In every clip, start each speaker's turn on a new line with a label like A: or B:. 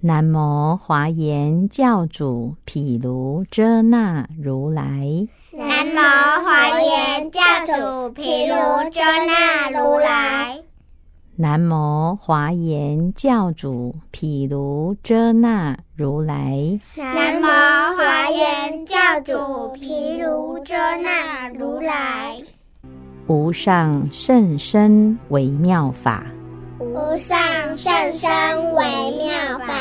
A: 南无华严教主毗卢遮那如来，
B: 南无华严教主毗卢遮那如来，
A: 南无华严教主毗卢遮那如来，
B: 南无华严教主毗卢遮那如来，
A: 无上甚深微妙法，
B: 无上甚深微妙法，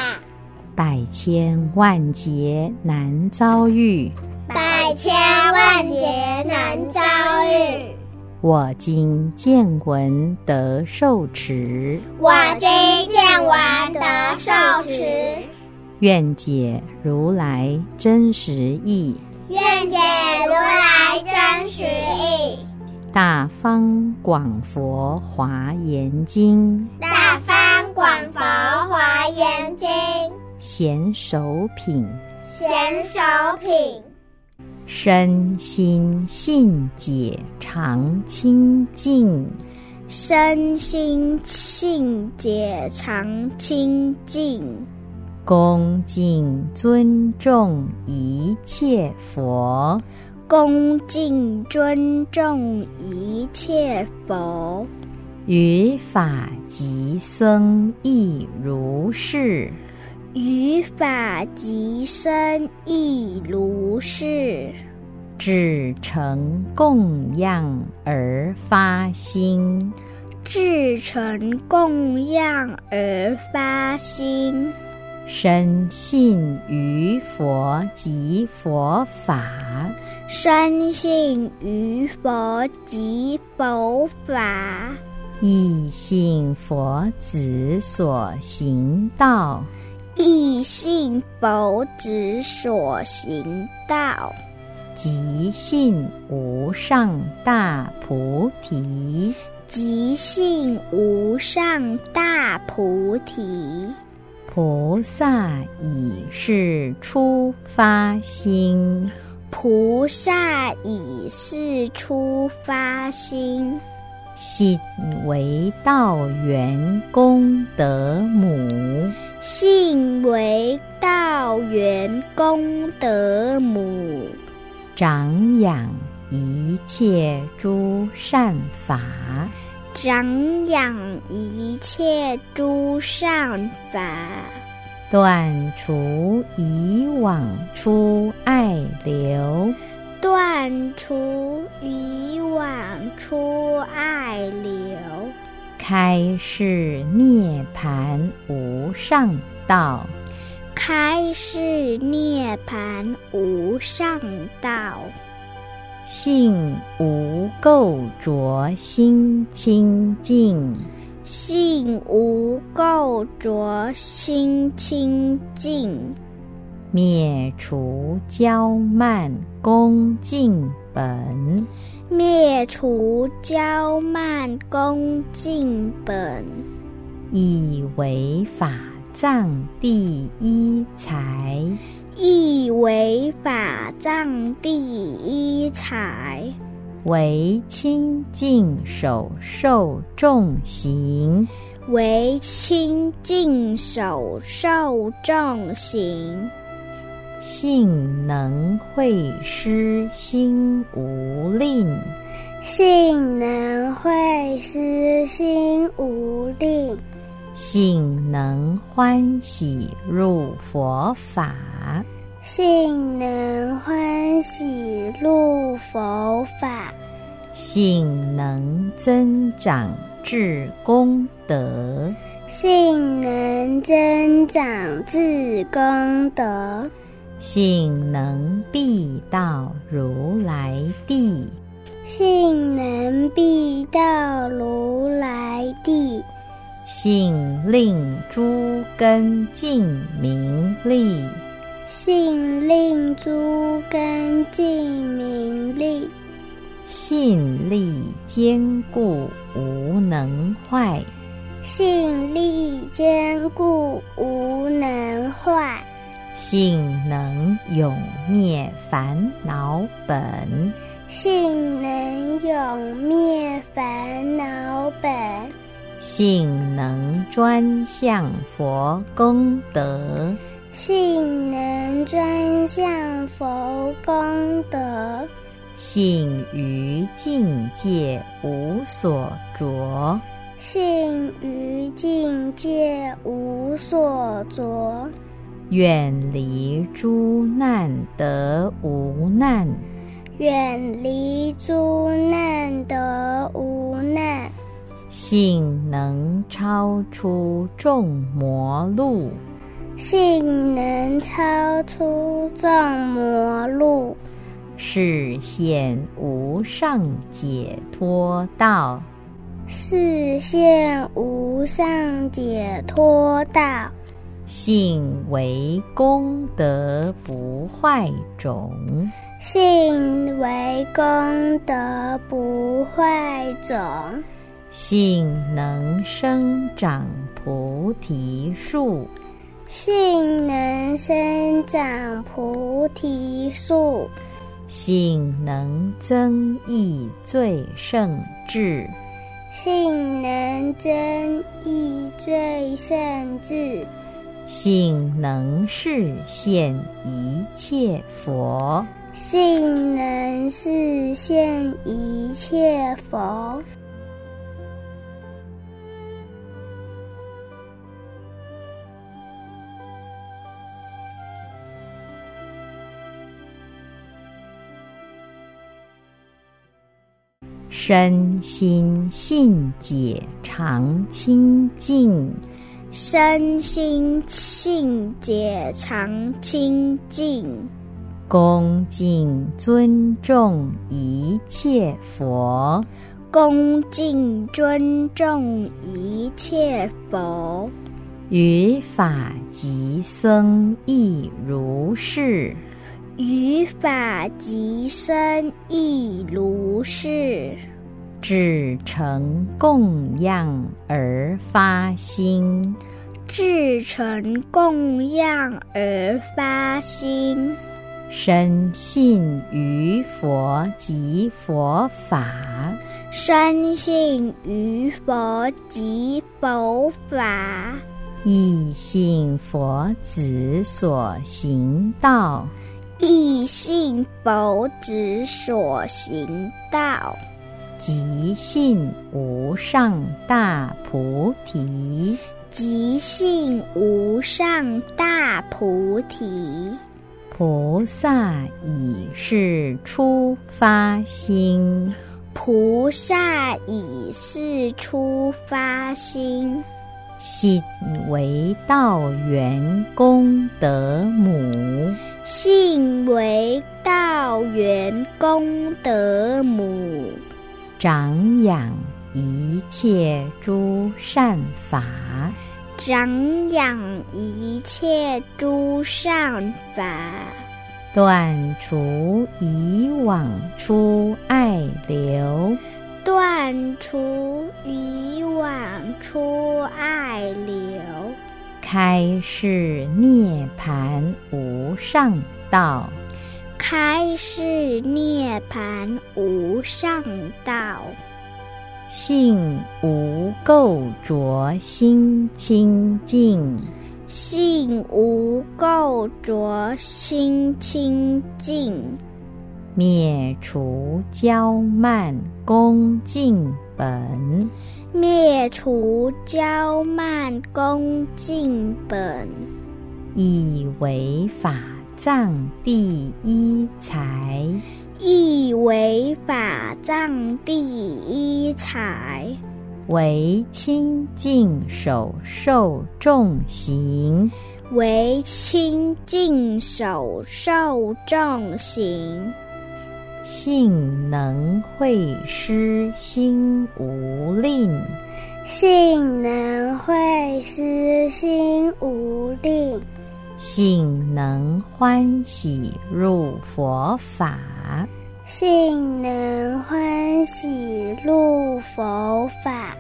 A: 百千万劫难遭遇。
B: 百千万劫难遭遇。
A: 我今见闻得受持，
B: 我今见闻得受持，
A: 愿解如来真实义，
B: 愿解如来真实义。
A: 大方广佛华严经，
B: 大方广佛华严经，
A: 贤首品，
B: 贤首品，
A: 身心信解常清净。
C: 身心性解常清净，
A: 恭敬尊重一切佛，
C: 恭敬尊重一切佛，
A: 于法及僧亦如是。
C: 于法及身亦如是。
A: 至诚供养而发心，
C: 至诚供养而发心，
A: 深信于佛及佛法，
C: 深信于佛及佛法，
A: 亦信佛子所行道，
C: 亦信佛子所行道，
A: 即信无上大菩提。
C: 即信无上大菩提。
A: 菩萨以是出发心，
C: 菩萨以是出发心，
A: 信为道源功德母，
C: 信为道源功德母，
A: 长养一切诸善法。
C: 长养一切诸善法，
A: 断除以往出爱流，
C: 断除以往出爱流，
A: 开示涅盘无上道，
C: 开示涅盘无上道。
A: 性无垢浊心清净，
C: 性无垢浊心清净，
A: 灭除骄慢恭敬本，
C: 灭除骄慢恭敬本，
A: 以为法藏第一财。
C: 亦为法藏第一财。
A: 为清净手受众行，
C: 为清净手受众行，
A: 性能会师心无吝，
B: 性能会师心无力，
A: 性能欢喜入佛法，
B: 性能欢喜入佛法，
A: 性能增长至功德，
B: 性能增长至功德，
A: 性能必到如来地，
B: 性能必到如来地，
A: 性令诸根尽明力。
C: 信令诸根净明利，
A: 信力坚固无能坏，
C: 信力坚固无能坏，
A: 性能永灭烦恼本。
C: 性能永灭烦恼本，
A: 性能专向佛功德，
C: 性能专向佛功德，
A: 性于境界无所着，
C: 性于境界无所着，
A: 远离诸难得无难，
C: 远离诸难得无难，
A: 性能超出众魔路，
C: 性能超出众魔路，
A: 视现无上解脱道。
C: 视现无上解脱道，
A: 性为功德不坏种，
C: 性为功德不坏种，
A: 性能生长菩提树，
C: 性能生长菩提树，
A: 性能增益最胜智，
C: 性能增益最胜智，
A: 性能示现一切佛，
C: 性能示现一切佛。
A: 身心信解常清净，
C: 身心性解常清净，
A: 恭敬尊重一切佛。
C: 恭敬尊重一切佛。
A: 于法及僧亦如是，
C: 于法及身亦如是，
A: 至诚供养而发心，
C: 至诚供养而发心，
A: 深信于佛及佛法，
C: 深信于佛及佛法，
A: 亦信佛子所行道，
C: 亦信佛子所行道，
A: 即信无上大菩提。
C: 即信无上大菩提。
A: 菩萨以是出发心，
C: 菩萨以是出发心，
A: 信为道源功德母，
C: 信为道源功德母，
A: 长养一切诸善法，
C: 长养一切诸善法，
A: 断除以往出爱流，
C: 断除以往出爱流，
A: 开示涅盘无上道。
C: 开示涅盘无上道，
A: 性无垢浊心清净，
C: 性无垢浊心清净。
A: 灭除骄慢恭敬本，
C: 灭除骄慢恭敬本，
A: 以为法藏第一财。
C: 亦为法藏第一财，
A: 为清净手受众行，
C: 为清净手受众行，
A: 性能会师心无吝，
C: 性能会施心无吝，
A: 性能欢喜入佛法，
B: 性能欢喜入佛法，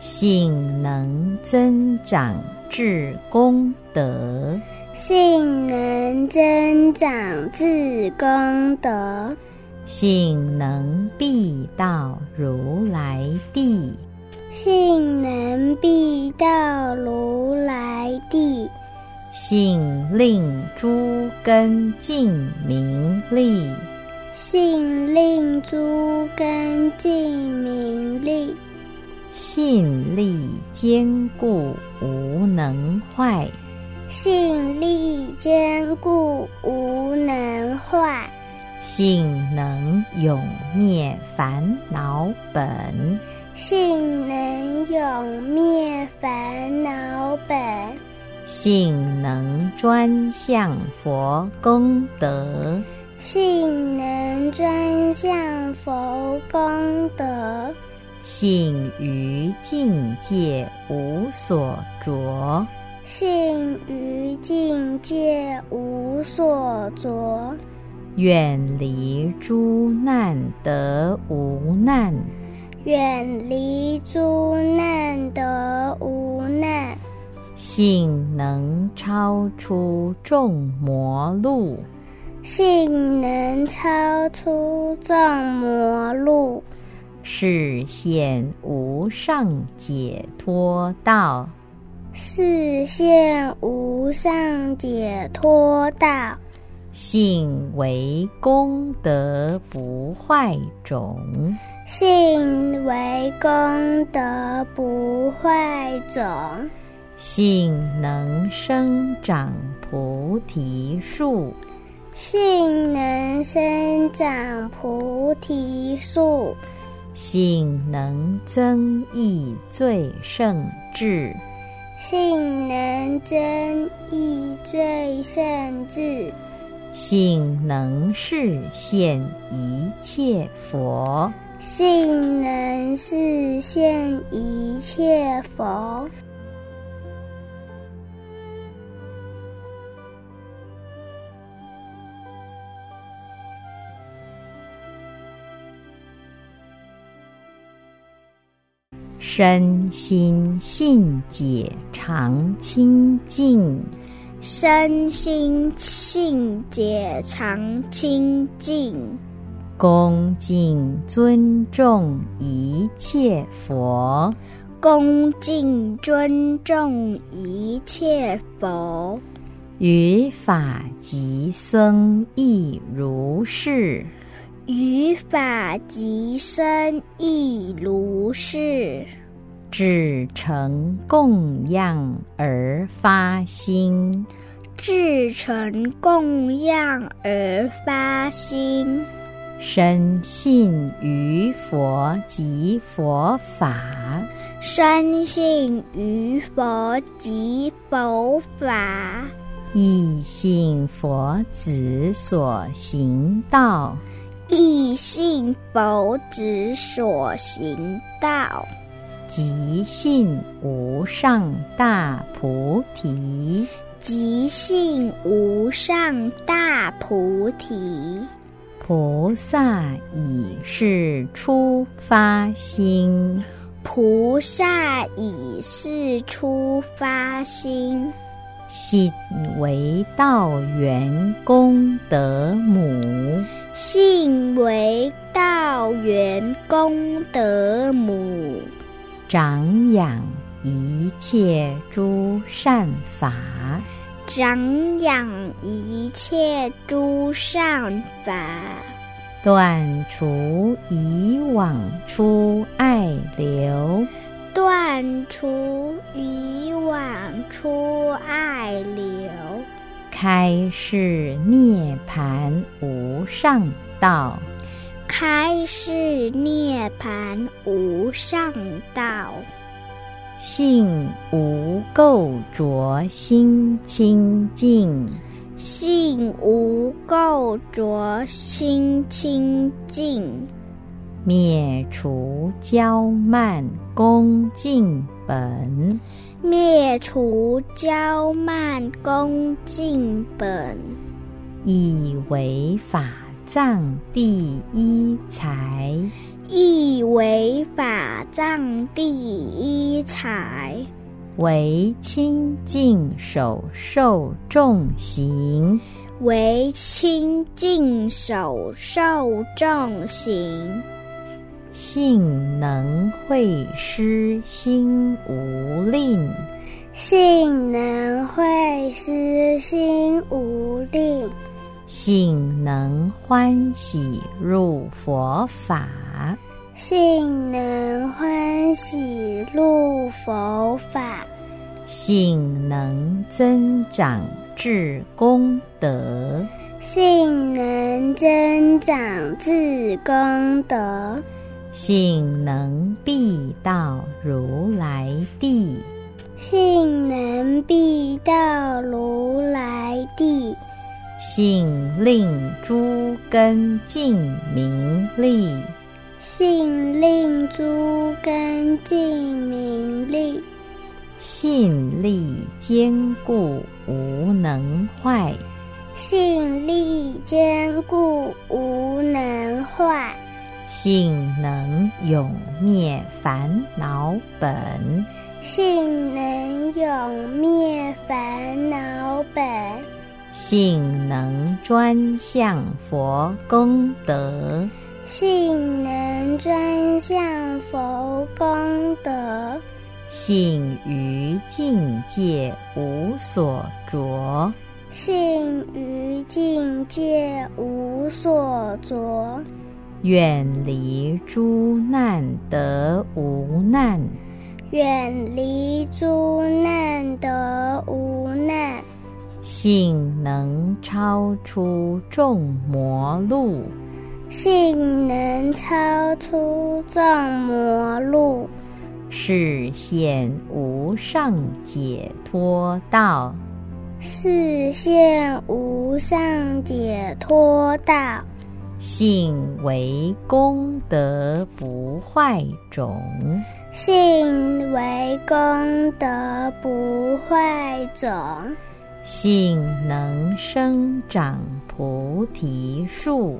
A: 性能增长至功德，
B: 性能增长至功德，
A: 性能必到如来地，
B: 性能必到如来地，
A: 性令诸根尽明利，
B: 性令诸根尽明利，
A: 信力坚固无能坏，
B: 性力坚固无能坏，
A: 性能永灭烦恼本。
B: 性能永灭烦恼本。
A: 性能专向佛功德，
B: 性能专向佛功德，
A: 性于境界无所着，
B: 性于境界无所着，
A: 远离诸难得无难，
B: 远离诸难得无难，
A: 性能超出众魔路，
B: 性能超出众魔路，
A: 视现无上解脱道。
B: 视现无上解脱道，
A: 性为功德不坏种。
B: 性为功德不坏种。
A: 性能生长菩提树，
B: 性能生长菩提树，
A: 性能增益最胜智，
B: 性能增益最胜智，
A: 性能示现一切佛，
B: 性能示现一切佛。
A: 身心信解常清净，
C: 身心性解常清净，
A: 恭敬尊重一切佛，
C: 恭敬尊重一切佛，
A: 于法及僧亦如是。
C: 于法及身亦如是，
A: 至诚供养而发心，
C: 至诚供养而发心，
A: 深信于佛及佛法，
C: 深信于佛及佛法，
A: 亦信佛子所行道，
C: 亦信佛子所行道，
A: 即信无上大菩提。
C: 即信无上大菩提。
A: 菩萨以是出发心，
C: 菩萨以是出发心，
A: 信为道源功德母。
C: 信为道源功德母，
A: 长养一切诸善法，
C: 长养一切诸善法，
A: 断除以往出爱流，
C: 断除以往出爱流，
A: 开示涅盘无上道，
C: 开示涅盘无上道，
A: 性无垢浊心清净，
C: 信无垢浊心清净，
A: 灭除骄慢恭敬本。
C: 灭除骄慢恭敬本，
A: 以为法藏第一财，
C: 亦为法藏第一财。
A: 为清净手受众行，
C: 为清净手受众行，
A: 性能会师心无吝，
B: 性能会师心无力，
A: 性能欢喜入佛法，
B: 性能欢喜入佛法，
A: 性能增长至功德，
B: 性能增长至功德，
A: 性能必到如来地。
B: 性能必到如来地，
A: 性令诸根尽明利，
B: 性令诸根尽明利。
A: 信力坚固无能坏，
B: 性力坚固无能坏，
A: 性能永灭烦恼本，
B: 性能永灭烦恼本，
A: 性能专向佛功德，
B: 性能专向佛功德，
A: 性于境界无所着，
B: 性于境界无所着，
A: 远离诸难得无难。
B: 远离诸难得无难，
A: 性能超出众魔路，
B: 性能超出众魔路，
A: 是现无上解脱道。
B: 视现无上解脱道，
A: 性为功德不坏种，
B: 性为功德不坏种，
A: 性能生长菩提树，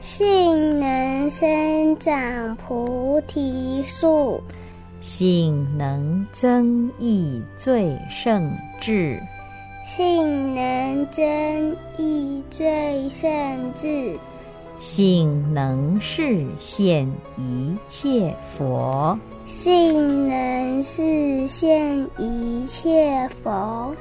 B: 性能生长菩提树，
A: 性能增益最胜智，
B: 性能增益最胜智。
A: 性能示现一切佛。
B: 性能示现一切佛，